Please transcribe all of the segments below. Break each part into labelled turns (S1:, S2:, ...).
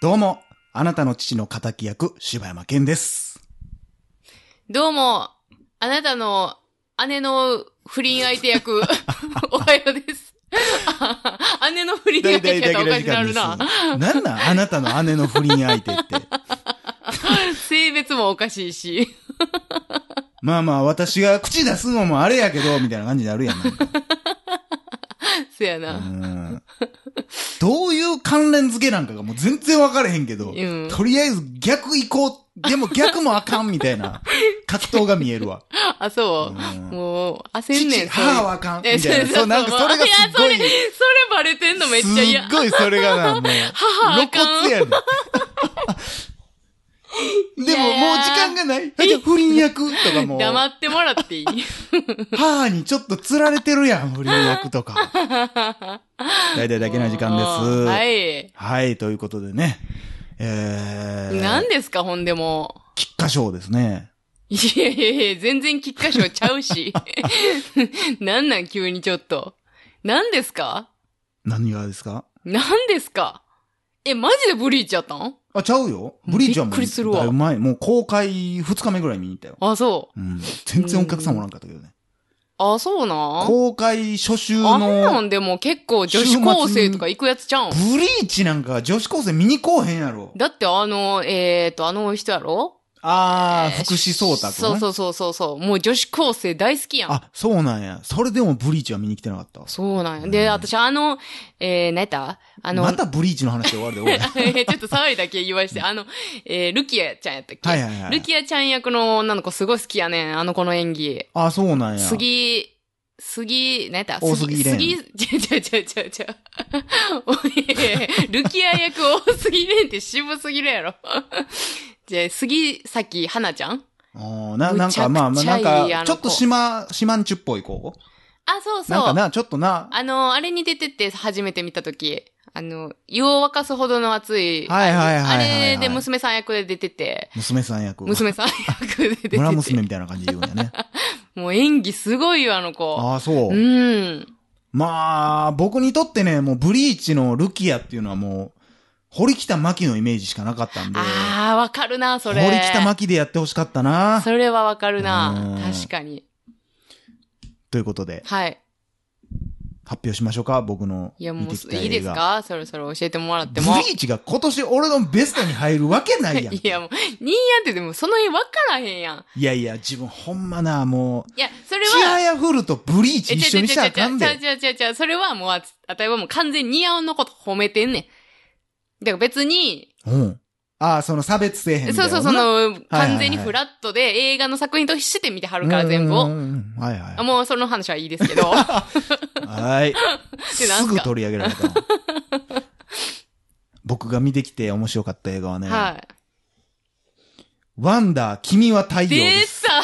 S1: どうも、あなたの父の仇役、柴山健です。
S2: どうも、あなたの姉の不倫相手役、おはようです。姉の不倫相手役やったらおかしくなるな。
S1: なんなんあなたの姉の不倫相手って。
S2: 性別もおかしいし。
S1: まあまあ、私が口出すのもあれやけど、みたいな感じになるやん。なんか
S2: そや
S1: う
S2: な。
S1: んどういう関連付けなんかがもう全然分からへんけど、
S2: うん
S1: とりあえず逆行こう、でも逆もあかんみたいな葛藤が見えるわ。
S2: あ、そうう。
S1: ん
S2: もう、焦んね
S1: 父、
S2: ん。そういう
S1: 母はあかんみた
S2: え
S1: いな。そう、なんかそれがすっごい
S2: やそれ、それバレてんのめっちゃ嫌。
S1: すっごいそれがな、もう。
S2: 母あ
S1: 露
S2: かん
S1: 骨やね ん。でも
S2: い
S1: もう
S2: やいや
S1: 時間がない。あじゃあ不倫役とかもう、
S2: 黙ってもらっていい
S1: 母にちょっと釣られてるやん、不倫役とか。 大体だけな時間です。
S2: は
S1: はい。
S2: い。
S1: ということでね。えー、
S2: 何ですか、ほんでもう。
S1: 菊花賞ですね。
S2: いやいやいや、全然菊花賞ちゃうし。 なんなん、急にちょっと。何ですか
S1: 何がですか
S2: 何ですかえ、マジでブリーチやったん
S1: あ、ちゃうよ。ブリーチはもう、
S2: びっくりするわ
S1: だいぶ前、もう公開2日目ぐらい見に行ったよ。
S2: あ、そう。
S1: うん。全然お客さんおらんかったけどね。
S2: あ、そうなん
S1: 公開初週
S2: あんな
S1: の、
S2: んでも結構女子高生とか行くやつちゃうん
S1: ブリーチなんか女子高生見に来おへんやろ。
S2: だってあの、えーと、あの人やろ
S1: ああ、
S2: えー
S1: 福士蒼太君、
S2: そう
S1: ね。
S2: そうそうそうそう。もう女子高生大好きやん。
S1: あ、そうなんや。それでもブリーチは見に来てなかった。
S2: そうなんや。
S1: う
S2: で、
S1: ん
S2: 私あの、えー、何やったあの、
S1: またブリーチの話で終わるで、俺。
S2: えーちょっと騒いだけ言わして、あの、えー、ルキアちゃんやったっけ、
S1: はいはいはい
S2: ル。キアちゃん役の女の子すごい好きやねん、あの子の演技。
S1: あ、そうなんや。
S2: 杉、杉、何やった
S1: 大杉蓮
S2: 杉、ちゃちゃちゃちゃちゃ。おいやいやいやルキア役大杉蓮って渋すぎるやろ。 じゃあ、杉咲花ちゃん
S1: おーな、なんか、まあま
S2: む
S1: あ、
S2: ちゃ
S1: な
S2: く
S1: ん
S2: ちゃいい
S1: か
S2: あの、子
S1: ちょっと島、島んちゅっぽい子
S2: あ、そう
S1: なん
S2: そ
S1: か
S2: う。
S1: な、ちょっとな。
S2: あの、あれに出てって初めて見たとき、あの、湯を沸かすほどの熱い。
S1: はいはいはいはいはい
S2: あれで娘さん役で出てて、
S1: 娘さん役。
S2: 娘さん役で出てて。
S1: 村娘みたいな感じで言うんや ね。
S2: もう演技すごいよ、あの子。
S1: ああ、そうう。
S2: ん。
S1: まあ、僕にとってね、もうブリーチのルキアっていうのはもう、堀北真希のイメージしかなかったんで。
S2: ああ、わかるな、それ。
S1: 堀北真希でやってほしかったな。
S2: それはわかるな
S1: う。ん
S2: 確かに。
S1: ということで、
S2: はい。
S1: 発表しましょうか、僕の
S2: いや、も
S1: 見
S2: う、
S1: てきた映画。
S2: いいですかそろそろ教えてもらっ
S1: ブ
S2: て
S1: リ
S2: も。
S1: ーチが今年俺のベストに入るわけないやん。
S2: い
S1: い
S2: や、もう、ニーヤってでも、その辺わからへんやん。
S1: やいや、自分ほんまな、もう、
S2: いや、それ
S1: チア
S2: は、
S1: ヤフルとブリーチ一緒にしたらあかん
S2: ちゃう
S1: で。
S2: ちゃうちゃうちゃう、それはもう、ああたいはもう完全にニーヤのこと褒めてんねん。だから別に、
S1: うん。ああ、その差別せえへんみた
S2: そ
S1: いうな
S2: そ
S1: こ
S2: う、
S1: と
S2: そ
S1: な。
S2: の、
S1: はい
S2: 完全にフラットで映画の作品として見てはるから、
S1: うん
S2: 全部
S1: うん
S2: を。
S1: うんはいは
S2: あもう、その話はいい ですけど。
S1: い。はい。すぐ取り上げられた。僕が見てきて面白かった映画はね、
S2: はい。
S1: ワンダー、君は太陽
S2: 出
S1: です。
S2: た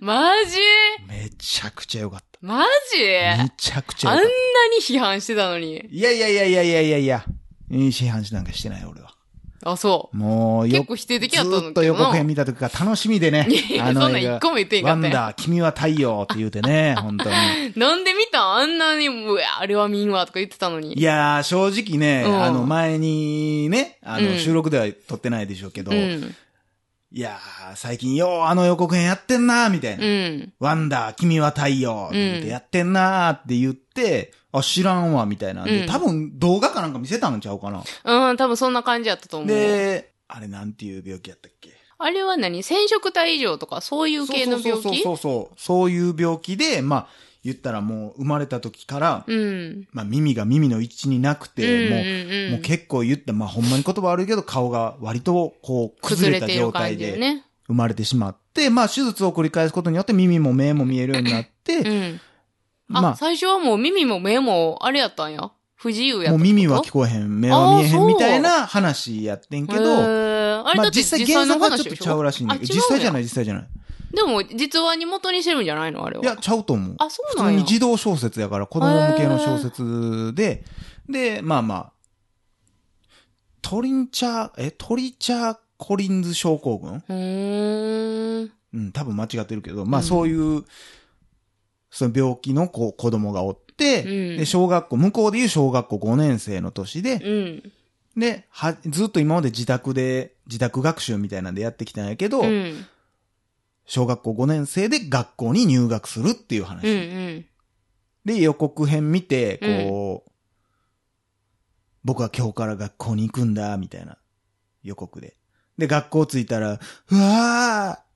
S2: マジ
S1: めちゃくちゃ良かった。
S2: マジ
S1: めちゃくちゃ
S2: あん
S1: 良
S2: な
S1: かっ
S2: に
S1: た。
S2: 批判してたのに。
S1: いやいやいやいやいやいやいや。いい批判しなんかしてない俺は。
S2: あ、そう。
S1: もうよ
S2: 結、構否定的だった
S1: ずー
S2: の
S1: っと
S2: け
S1: 予
S2: ど
S1: 告
S2: な。
S1: 編見た時から楽しみでね
S2: いやい。や
S1: あ
S2: そん
S1: の
S2: な
S1: 映画
S2: 一個も言ってへんか
S1: ワ
S2: っ
S1: ン
S2: たやん
S1: ダー、君は太陽って言うてね、本当に。
S2: なんで見たんあんなに、うわ、あれは見んわとか言ってたの
S1: い
S2: に。
S1: やー、正直ね、
S2: うん
S1: あの、前にね、あ
S2: う
S1: の、
S2: ん
S1: 収録では撮ってないでしょうけど、
S2: う
S1: い
S2: ん。
S1: やー、最近ようあの予告編やってんなー、みたいうな。
S2: ん。
S1: ワンダー、君は太陽って言って
S2: うん
S1: やってんなーって言って、あ、知らんわ、みたいなん
S2: う
S1: で、
S2: ん
S1: 多分動画かなんか見せたんちゃうかな。
S2: うん、多分そんな感じやったと思う。
S1: で、あれなんていう病気やったっけ
S2: あれは何染色体異常とか、そういう系の病
S1: そう
S2: 気
S1: そうそうそうそう。そういう病気で、まあ、言ったらもう生まれた時から、
S2: うん。
S1: まあ耳が耳の位置になくて、もう、
S2: も
S1: もう結構言った、まあほんまに言葉悪いけど、顔が割とこう崩れた状態で
S2: ね。
S1: 生まれてしまって、まあ手術を繰り返すことによって耳も目も見えるようになって、
S2: うん。
S1: ま
S2: あ、
S1: あ、
S2: 最初はもう耳も目も、あれやったんや。不自由やったってこと
S1: もう耳は聞こえへん、目は見え
S2: あー
S1: へ
S2: そ
S1: ん
S2: う
S1: みたいな話やってんけ
S2: へ
S1: ど、
S2: ーあれ
S1: ま
S2: だ
S1: あ
S2: って
S1: 実際
S2: 実
S1: 現
S2: 際の
S1: 像が
S2: 話
S1: ちょっとちゃうらしいね
S2: あ。
S1: んだけど、実際じゃないい実際じゃない。
S2: でも、実話に元にしてるんじゃないのあれは。
S1: いや、ちゃうと思う。
S2: あ、そう
S1: 普
S2: な
S1: 通
S2: ん
S1: に
S2: や。
S1: 児童小説やから、子供向けの小説で、で、まあまあ、トリンチャー、え、トリチャーコリンズ症候群
S2: うーん。
S1: うん、多分間違ってるけど、まあ
S2: うん
S1: そういう、その病気のこう子供がおっって、
S2: うん
S1: で、小学校、向こうでいう小学校5年生の年で、
S2: うん。
S1: で、は、ずっと今まで自宅で、自宅学習みたいなんでやってきたんやけど、
S2: うん。うん。
S1: 小学校5年生で学校に入学するっていう話。
S2: うん。
S1: で、予告編見て、こう、僕は今日から学校に行くんだ、みたいな予告で。で、学校着いたら、うわー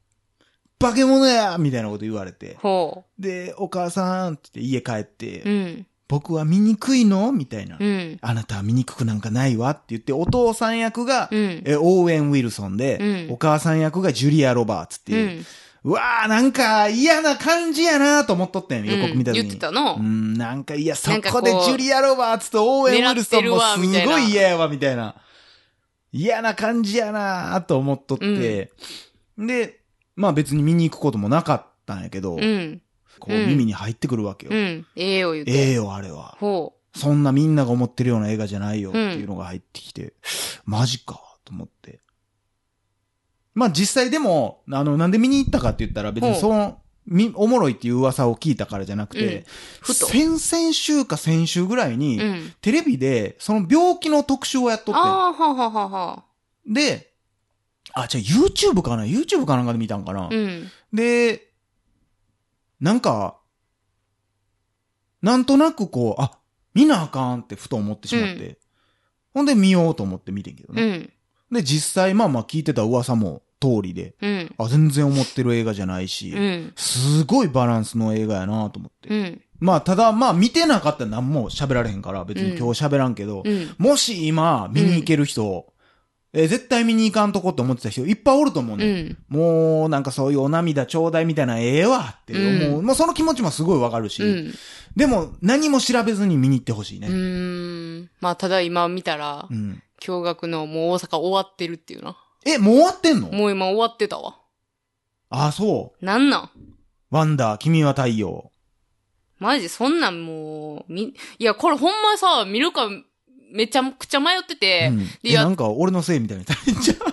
S1: 化け物やみたいなこと言われて。
S2: ほ
S1: で、お母さんって言って家帰って、
S2: う。うん。
S1: 僕は醜いのみたいな、
S2: うん。
S1: あなたは醜くなんかないわって言って、お父さん役が、
S2: うん。
S1: えオーウェン・ウィルソンで、
S2: うん
S1: お母さん役がジュリア・ロバーツって
S2: う
S1: いう。
S2: ん。
S1: うわーなんか嫌な感じやなと思っとったんよ、予告見た時に。
S2: 言ってたの
S1: う。ん、なんか、いや、そ
S2: なんかこ
S1: こ
S2: う
S1: でジュリア・ロバーツとオーウェン・ウィルソンも
S2: 狙ってるわみた
S1: す
S2: いな
S1: ごい嫌やわ、みたいな。嫌な感じやなと思っとって、で、まあ別に見に行くこともなかったんやけど、
S2: うん。
S1: こう耳に入ってくるわけよ。
S2: うん。ええを言う
S1: ええ
S2: て。
S1: よ、あれは。
S2: ほ
S1: そんなみんなが思ってるような映画じゃないよっていうのが入ってきて、マジか、と思って。まあ実際でも、あの、なんで見に行ったかって言ったら別に
S2: ほう
S1: その、み、おもろいっていう噂を聞いたからじゃなくて、
S2: うんふと。
S1: 先々週か先週ぐらいうに、
S2: うん。
S1: テレビで、その病気の特集をやっとっ
S2: ああ、はあはあはあは
S1: て、で、あ、じゃあ YouTube かな ?YouTube かなんかで見たんかな、
S2: あ。うん。
S1: で、なんか、なんとなくこう、あ、見なあかんってふと思ってしまって。ほんで見ようと思って見てんけど
S2: う
S1: ね。
S2: ん。
S1: で、実際まあまあ聞いてた噂も通りで、
S2: うん。
S1: あ、全然思ってる映画じゃないし、
S2: うん。
S1: すごいバランスの映画やなと思って。
S2: うん。
S1: まあ、ただまあ見てなかったら何も喋られへんから、別に今日喋らんけど、
S2: うん。
S1: もし今見に行ける人、えー絶対見に行かんとこって思ってた人いっぱいおると思うね。
S2: うん。
S1: もう、なんかそういうお涙ちょうだいみたいな、ええわって思う。
S2: う
S1: もうその気持ちもすごいわかるし、
S2: うん。
S1: でも何も調べずに見に行ってほしいうね。
S2: ーん。まあ、ただ今見たら
S1: う、ん。
S2: 驚愕のもう大阪終わってるっていうな。
S1: え、もう終わってんの
S2: もう今終わってたわ。
S1: あ、そ
S2: なんなん
S1: う。ワンダー、君は太陽。
S2: マジそんなんもう、み、いや、これほんまさ、見るか、めちゃくちゃ迷ってて、
S1: うん、え
S2: いや
S1: なんか俺のせいみたいな。 じゃあ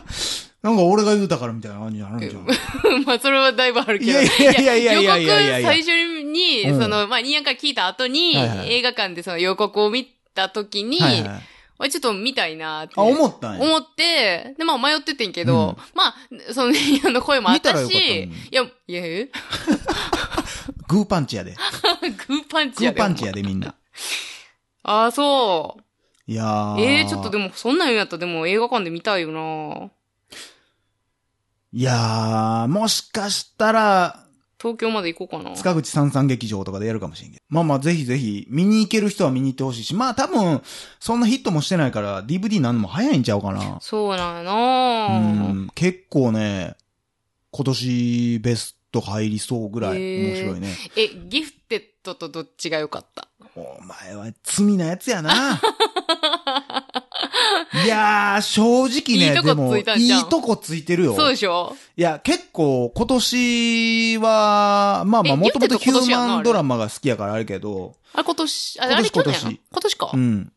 S1: なんか俺が言うたからみたいな感じになるんじゃん。
S2: まあ、それはだいぶあるけ
S1: い
S2: ど。
S1: やいやいやいやいやいやいやい
S2: 予
S1: や
S2: 告最初に、
S1: うん
S2: その、まあ、ニヤから聞いた後に、
S1: はいはい
S2: 映画館でその予告を見た時に、
S1: はいはい。
S2: まあちょっと見たいなって。
S1: あ、思ったんや。
S2: 思って、で、まあ迷っててんけ
S1: う
S2: ど、
S1: ん
S2: まあ、その、ニヤの声もあっ
S1: 見た
S2: た
S1: ら
S2: し、
S1: よかったのに
S2: いや、いや、え
S1: グーパンチやで。
S2: グーパンチ
S1: グ
S2: や
S1: ー
S2: で。
S1: パンチやでみんな。
S2: ああ、そう。
S1: いやー。
S2: ええちょっとで
S1: も。
S2: も、そんなん言うんやったらでも映画館で見たいよない
S1: やー、もしかしたら、
S2: 東京まで行こうかな。
S1: 塚口三三劇場とかでやるかもしれんけど。まあまあ、ぜひぜひ、見に行ける人は見に行ってほしいし、まあ多分、そんなヒットもしてないから、DVD なんのも早いんちゃうかな。
S2: そうなんや
S1: う
S2: な、
S1: ん、結構ね、今年ベスト入りそうぐらい
S2: へー
S1: 面白いね。
S2: え、ギフテッドとどっちが良かった
S1: お前は罪なやつやな。 いやー、正直ね、
S2: いいとこ
S1: でも、
S2: つ
S1: い
S2: いたんじゃん
S1: いとこついてるよ。
S2: そうでしょ
S1: いや、結構今年は、まあまあ、
S2: え
S1: もともと
S2: 言うて
S1: ヒ
S2: た
S1: ュ
S2: 今
S1: ー
S2: 年やんな
S1: マ
S2: あ
S1: ン
S2: れ
S1: ドラマが好きやからあるけど、
S2: あれ今年、あ
S1: 今年
S2: あれ去年や
S1: 今年
S2: な今年か、
S1: うん。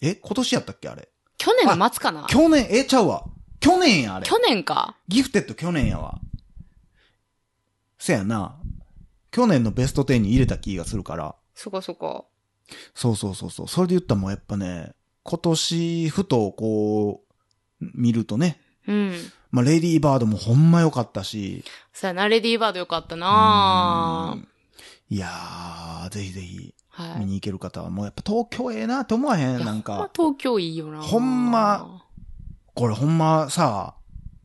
S1: え、今年やったっけあれ。
S2: 去年の末かな
S1: 去年、え、ちゃうわ。去年や、あれ。
S2: 去年か。
S1: ギフテッド去年やわ。せやな。去年のベスト10に入れた気がするから。
S2: そかそか。
S1: そうそうそうそう。それで言ったらもうやっぱね、今年、ふとこう、見るとね、
S2: うん。
S1: まあ、レディーバードもほんま良かったし。
S2: さあな、レディーバード良かった
S1: う
S2: なん
S1: いやー、ぜひぜひ、
S2: は
S1: 見
S2: い。
S1: に行ける方は、もうやっぱ東京ええなって思わへん
S2: いや
S1: なん
S2: ほんま
S1: か、
S2: 東京いいよな
S1: ほんま。これほんまさ、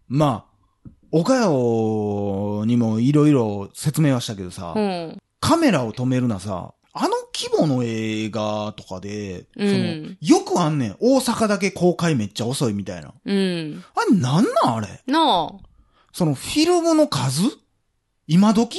S1: まあ、岡山にもいろいろ説明はしたけどさ、
S2: うん。
S1: カメラを止めるなさ、あの規模の映画とかで、
S2: うん
S1: そのよくあんねん。大阪だけ公開めっちゃ遅いみたいな。
S2: うん。
S1: あれなんなんあれ
S2: なあ。
S1: そのフィルムの数今時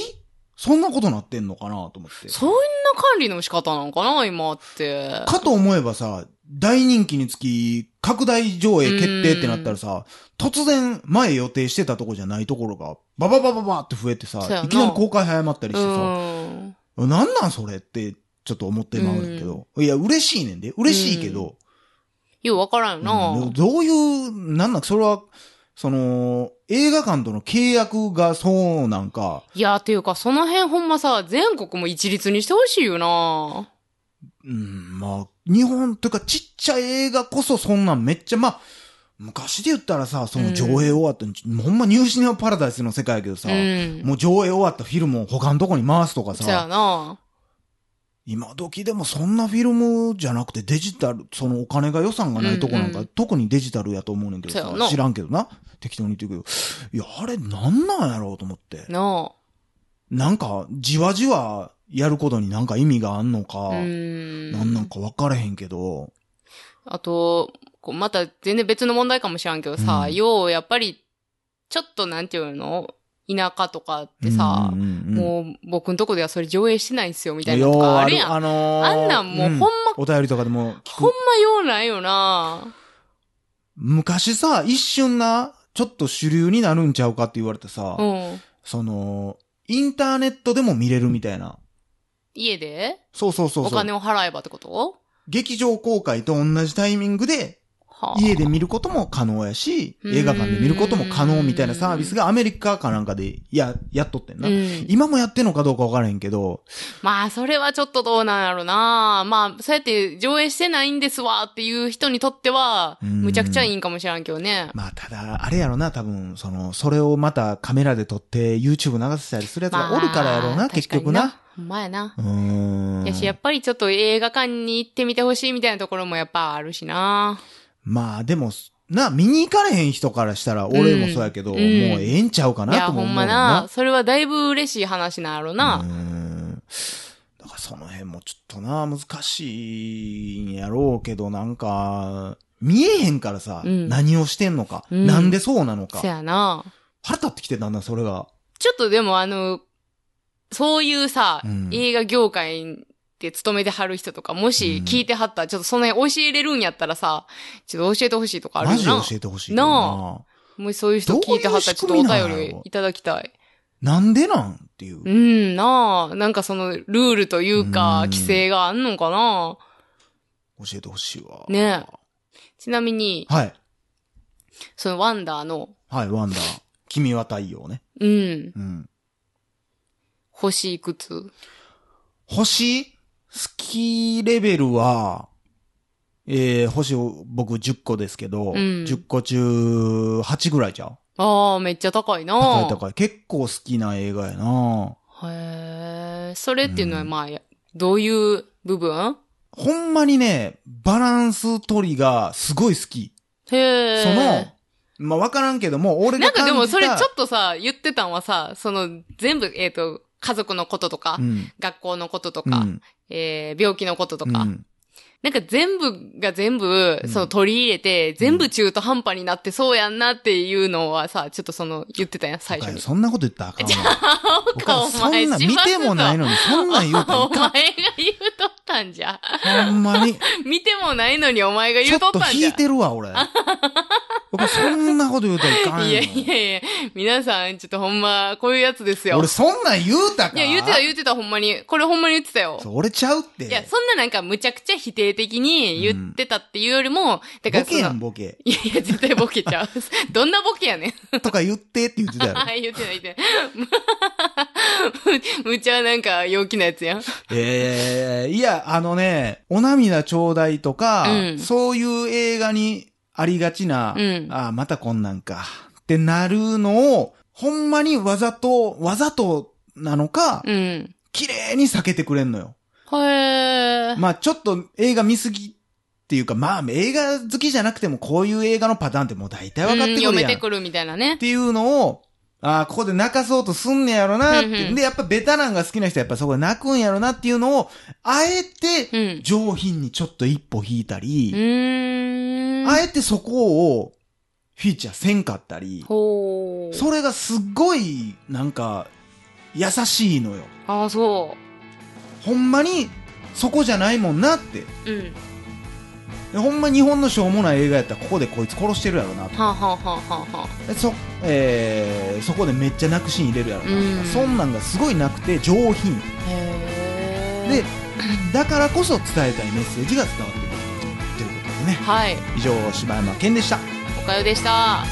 S1: そんなことなってんのかなと思って。
S2: そんな管理の仕方なのかな今って。
S1: かと思えばさ、大人気につき、拡大上映決定ってなったらさ、突然前予定してたとこじゃないところが、バババババって増えてさ
S2: そうや、ない
S1: きなり公開早まったりしてさ、
S2: うん。
S1: なんなんそれって、ちょっと思ってまうんだけど。いや、嬉しいねんで。嬉しいけど。
S2: ようわからんよな、
S1: うんどういう、なんなん、それは、その、映画館との契約がそうなんか、
S2: いや、ていうか、その辺ほんまさ、全国も一律にしてほしいよな
S1: うん、まあ、日本というかちっちゃい映画こそそんなんめっちゃ、まあ、昔で言ったらさ、その上映終わった、ほんまニューシネマパラダイスの世界やけどさ、
S2: うん。
S1: もう上映終わったフィルムを他のとこに回すとか
S2: そうや
S1: さ、
S2: な。
S1: 今時でもそんなフィルムじゃなくてデジタル、そのお金が予算がないとこなんか、
S2: うんうん
S1: 特にデジタルやと思うねんけど
S2: そ
S1: さ
S2: うやな、
S1: 知らんけどな、適当に言ってるけど、いや、あれなんなんやろうと思って、
S2: の、
S1: なんかじわじわやることになんか意味があんのか、
S2: うん。
S1: なんなんか分からへんけど、
S2: あと、こうまた全然別の問題かもしらんけどさ、
S1: うん
S2: ようやっぱり、ちょっとなんていうの田舎とかってさ、
S1: うんうんうん
S2: もう僕んとこではそれ上映してないんすよ、みたいな
S1: よ
S2: と
S1: う
S2: かあ
S1: あ
S2: る
S1: る
S2: やん。あ
S1: あのー
S2: んなんもうほんま
S1: う、お便りとかでも聞
S2: ほん
S1: く。
S2: まようないよな
S1: 昔さ、一瞬な、ちょっと主流になるんちゃうかって言われてさ、
S2: うん。
S1: その、インターネットでも見れるみたいな。
S2: 家で
S1: そうそうそう
S2: お
S1: そう
S2: 金。を払えばってこと
S1: 劇場公開と同じタイミングで、
S2: は
S1: 家で見ることも可能やし、映画館で見ることも可能みたいなサービスがアメリカかなんかでや、やっとってんな。
S2: うん、
S1: 今もやってんのかどうかわからへんけど、
S2: まあ、それはちょっとどうなんやろな。まあ、そうやって上映してないんですわっていう人にとっては、
S1: うん
S2: むちゃくちゃいいんかもしらんけどね。
S1: まあただ、あれやろな、多分、その、それをまたカメラで撮って YouTube 流せたりするやつ
S2: まあ、
S1: がおるからやろうな、結局な。
S2: 確かに。ほんまやな。
S1: うーん。
S2: やし、やっぱりちょっと映画館に行ってみてほしいみたいなところもやっぱあるしな。
S1: まあでも、な、見に行かれへん人からしたら、俺もそうやけど、
S2: うん
S1: もうええんちゃうか
S2: い
S1: な
S2: や、
S1: とも
S2: ほ
S1: 思うも
S2: ん
S1: ん
S2: まな。それはだいぶ嬉しい話なんやろ
S1: うー
S2: な。
S1: ん。だからその辺もちょっとな、難しいんやろうけど、なんか、見えへんからさ、
S2: うん
S1: 何をしてんのか、
S2: うん
S1: なんでそうなのか
S2: そ、やな。
S1: 腹立ってきてたんだ、それが。
S2: ちょっとでもあの、そういうさ、
S1: うん
S2: 映画業界で勤めてはる人とか、もし聞いてはったら、ちょっとその辺教えれるんやったらさ、ちょっと教えてほしいとかある
S1: マ
S2: よ
S1: ジで
S2: な
S1: 教。えてほしいけどな。
S2: もしそういう人聞いてはったら、ちょっとお便りいただきたい。
S1: なんでなんっていう。
S2: うん、なあ。なんかその、ルールというか
S1: う、ん
S2: 規制があんのかな
S1: 教えてほしいわ。
S2: ねちなみに、
S1: はい。
S2: そのワンダーの、
S1: はい、ワンダー。君は太陽ね。
S2: うん、
S1: うん。
S2: 星いくつ
S1: 星好きレベルは、えー、星を僕10個ですけど、
S2: ん
S1: 10個中8ぐらいじゃう
S2: ああ、めっちゃ高いな
S1: 高い高い。結構好きな映画やな
S2: へえ、それっていうのは
S1: うん
S2: まあ、どういう部分
S1: ほんまにね、バランス取りがすごい好き。
S2: へえ。
S1: その、まあ、わからんけども、俺 が
S2: なんかでもそれちょ
S1: 感じ
S2: っとさ、言ってたんはさ、その全部、えっ、と、家族のこととか、
S1: たうん。
S2: 学校のことと
S1: う
S2: か、
S1: ん。
S2: えー病気のこととか、
S1: うん
S2: なんか全部が全部、
S1: うん
S2: その取り入れて、全部中途半端になってそうやんなっていうのはさ、ちょっとその、言ってたやん、最初
S1: お前
S2: に。
S1: そんなこと言ったらあかんわ。お
S2: か
S1: 前そんな
S2: お前
S1: 見てもないのに、そんなん言うたら
S2: お
S1: い
S2: 前
S1: か
S2: が言うとったんじゃ。
S1: ん。ほんまに。
S2: 見てもないのにお前が
S1: ち
S2: 言
S1: ょ
S2: う
S1: っ
S2: とっ
S1: と
S2: たんじ
S1: 引
S2: ゃ。
S1: いてるわ、 俺。僕そんなこと言うたらいかんよ。
S2: いやいやいや、皆さん、ちょっとほんま、こういうやつですよ。
S1: 俺そんなん言うたか
S2: いや、言ってた言ってた、ほんまに。これほんまに言ってたよ。
S1: そう俺ちゃうって。
S2: いや、そんななんかむちゃくちゃ否定的に言ってたっていうよりも、だから
S1: ボケ
S2: その、い
S1: や
S2: や
S1: ん、ボケ。
S2: いや、絶対ボケ ちゃう。どんなボケやねん。
S1: とか言ってって言ってたやろ。
S2: はい、言ってない言って ない。むむちゃなんか陽気なやつやん。
S1: ええいや、あのね、お涙ちょうだいとか、
S2: うん
S1: そういう映画にありがちな、
S2: うん
S1: ああ、またこんなんか、ってなるのを、ほんまにわざと、わざとなのか、
S2: うん。
S1: 綺麗に避けてくれんのよ。
S2: へえ。
S1: まあちょっと映画見すぎっていうか、まあ映画好きじゃなくてもこういう映画のパターンってもう大体分かってく
S2: うん
S1: る
S2: 読
S1: や
S2: め
S1: ん。っ
S2: てくるみたいなね。
S1: ていうのを、ああ、ここで泣かそうとすんねやろなって。
S2: うんうん
S1: で、やっぱベタなんが好きな人はやっぱそこで泣くんやろなっていうのを、あえ
S2: う
S1: て
S2: ん。
S1: 上品にちょっと一歩引いた
S2: う
S1: り、
S2: ーん。
S1: あえてそこをフィーチャーせんかったり、
S2: ほう。
S1: それがすっごいなんか優しいのよ。
S2: ああ、そ
S1: ほんまにそこじゃないもんなって。
S2: う。うん。
S1: でほんま日本のしょうもない映画やったらここでこいつ殺してるやろなと
S2: はあ、はあはあはあはあ、
S1: でそ,、えーそこでめっちゃ泣くシーン入れるやろなとか
S2: うん
S1: そんなんがすごいなくて上品
S2: へえ。
S1: でだからこそ伝えたいメッセージが伝わってくるということでね
S2: はい。
S1: 以上柴山健でした
S2: おかよでした。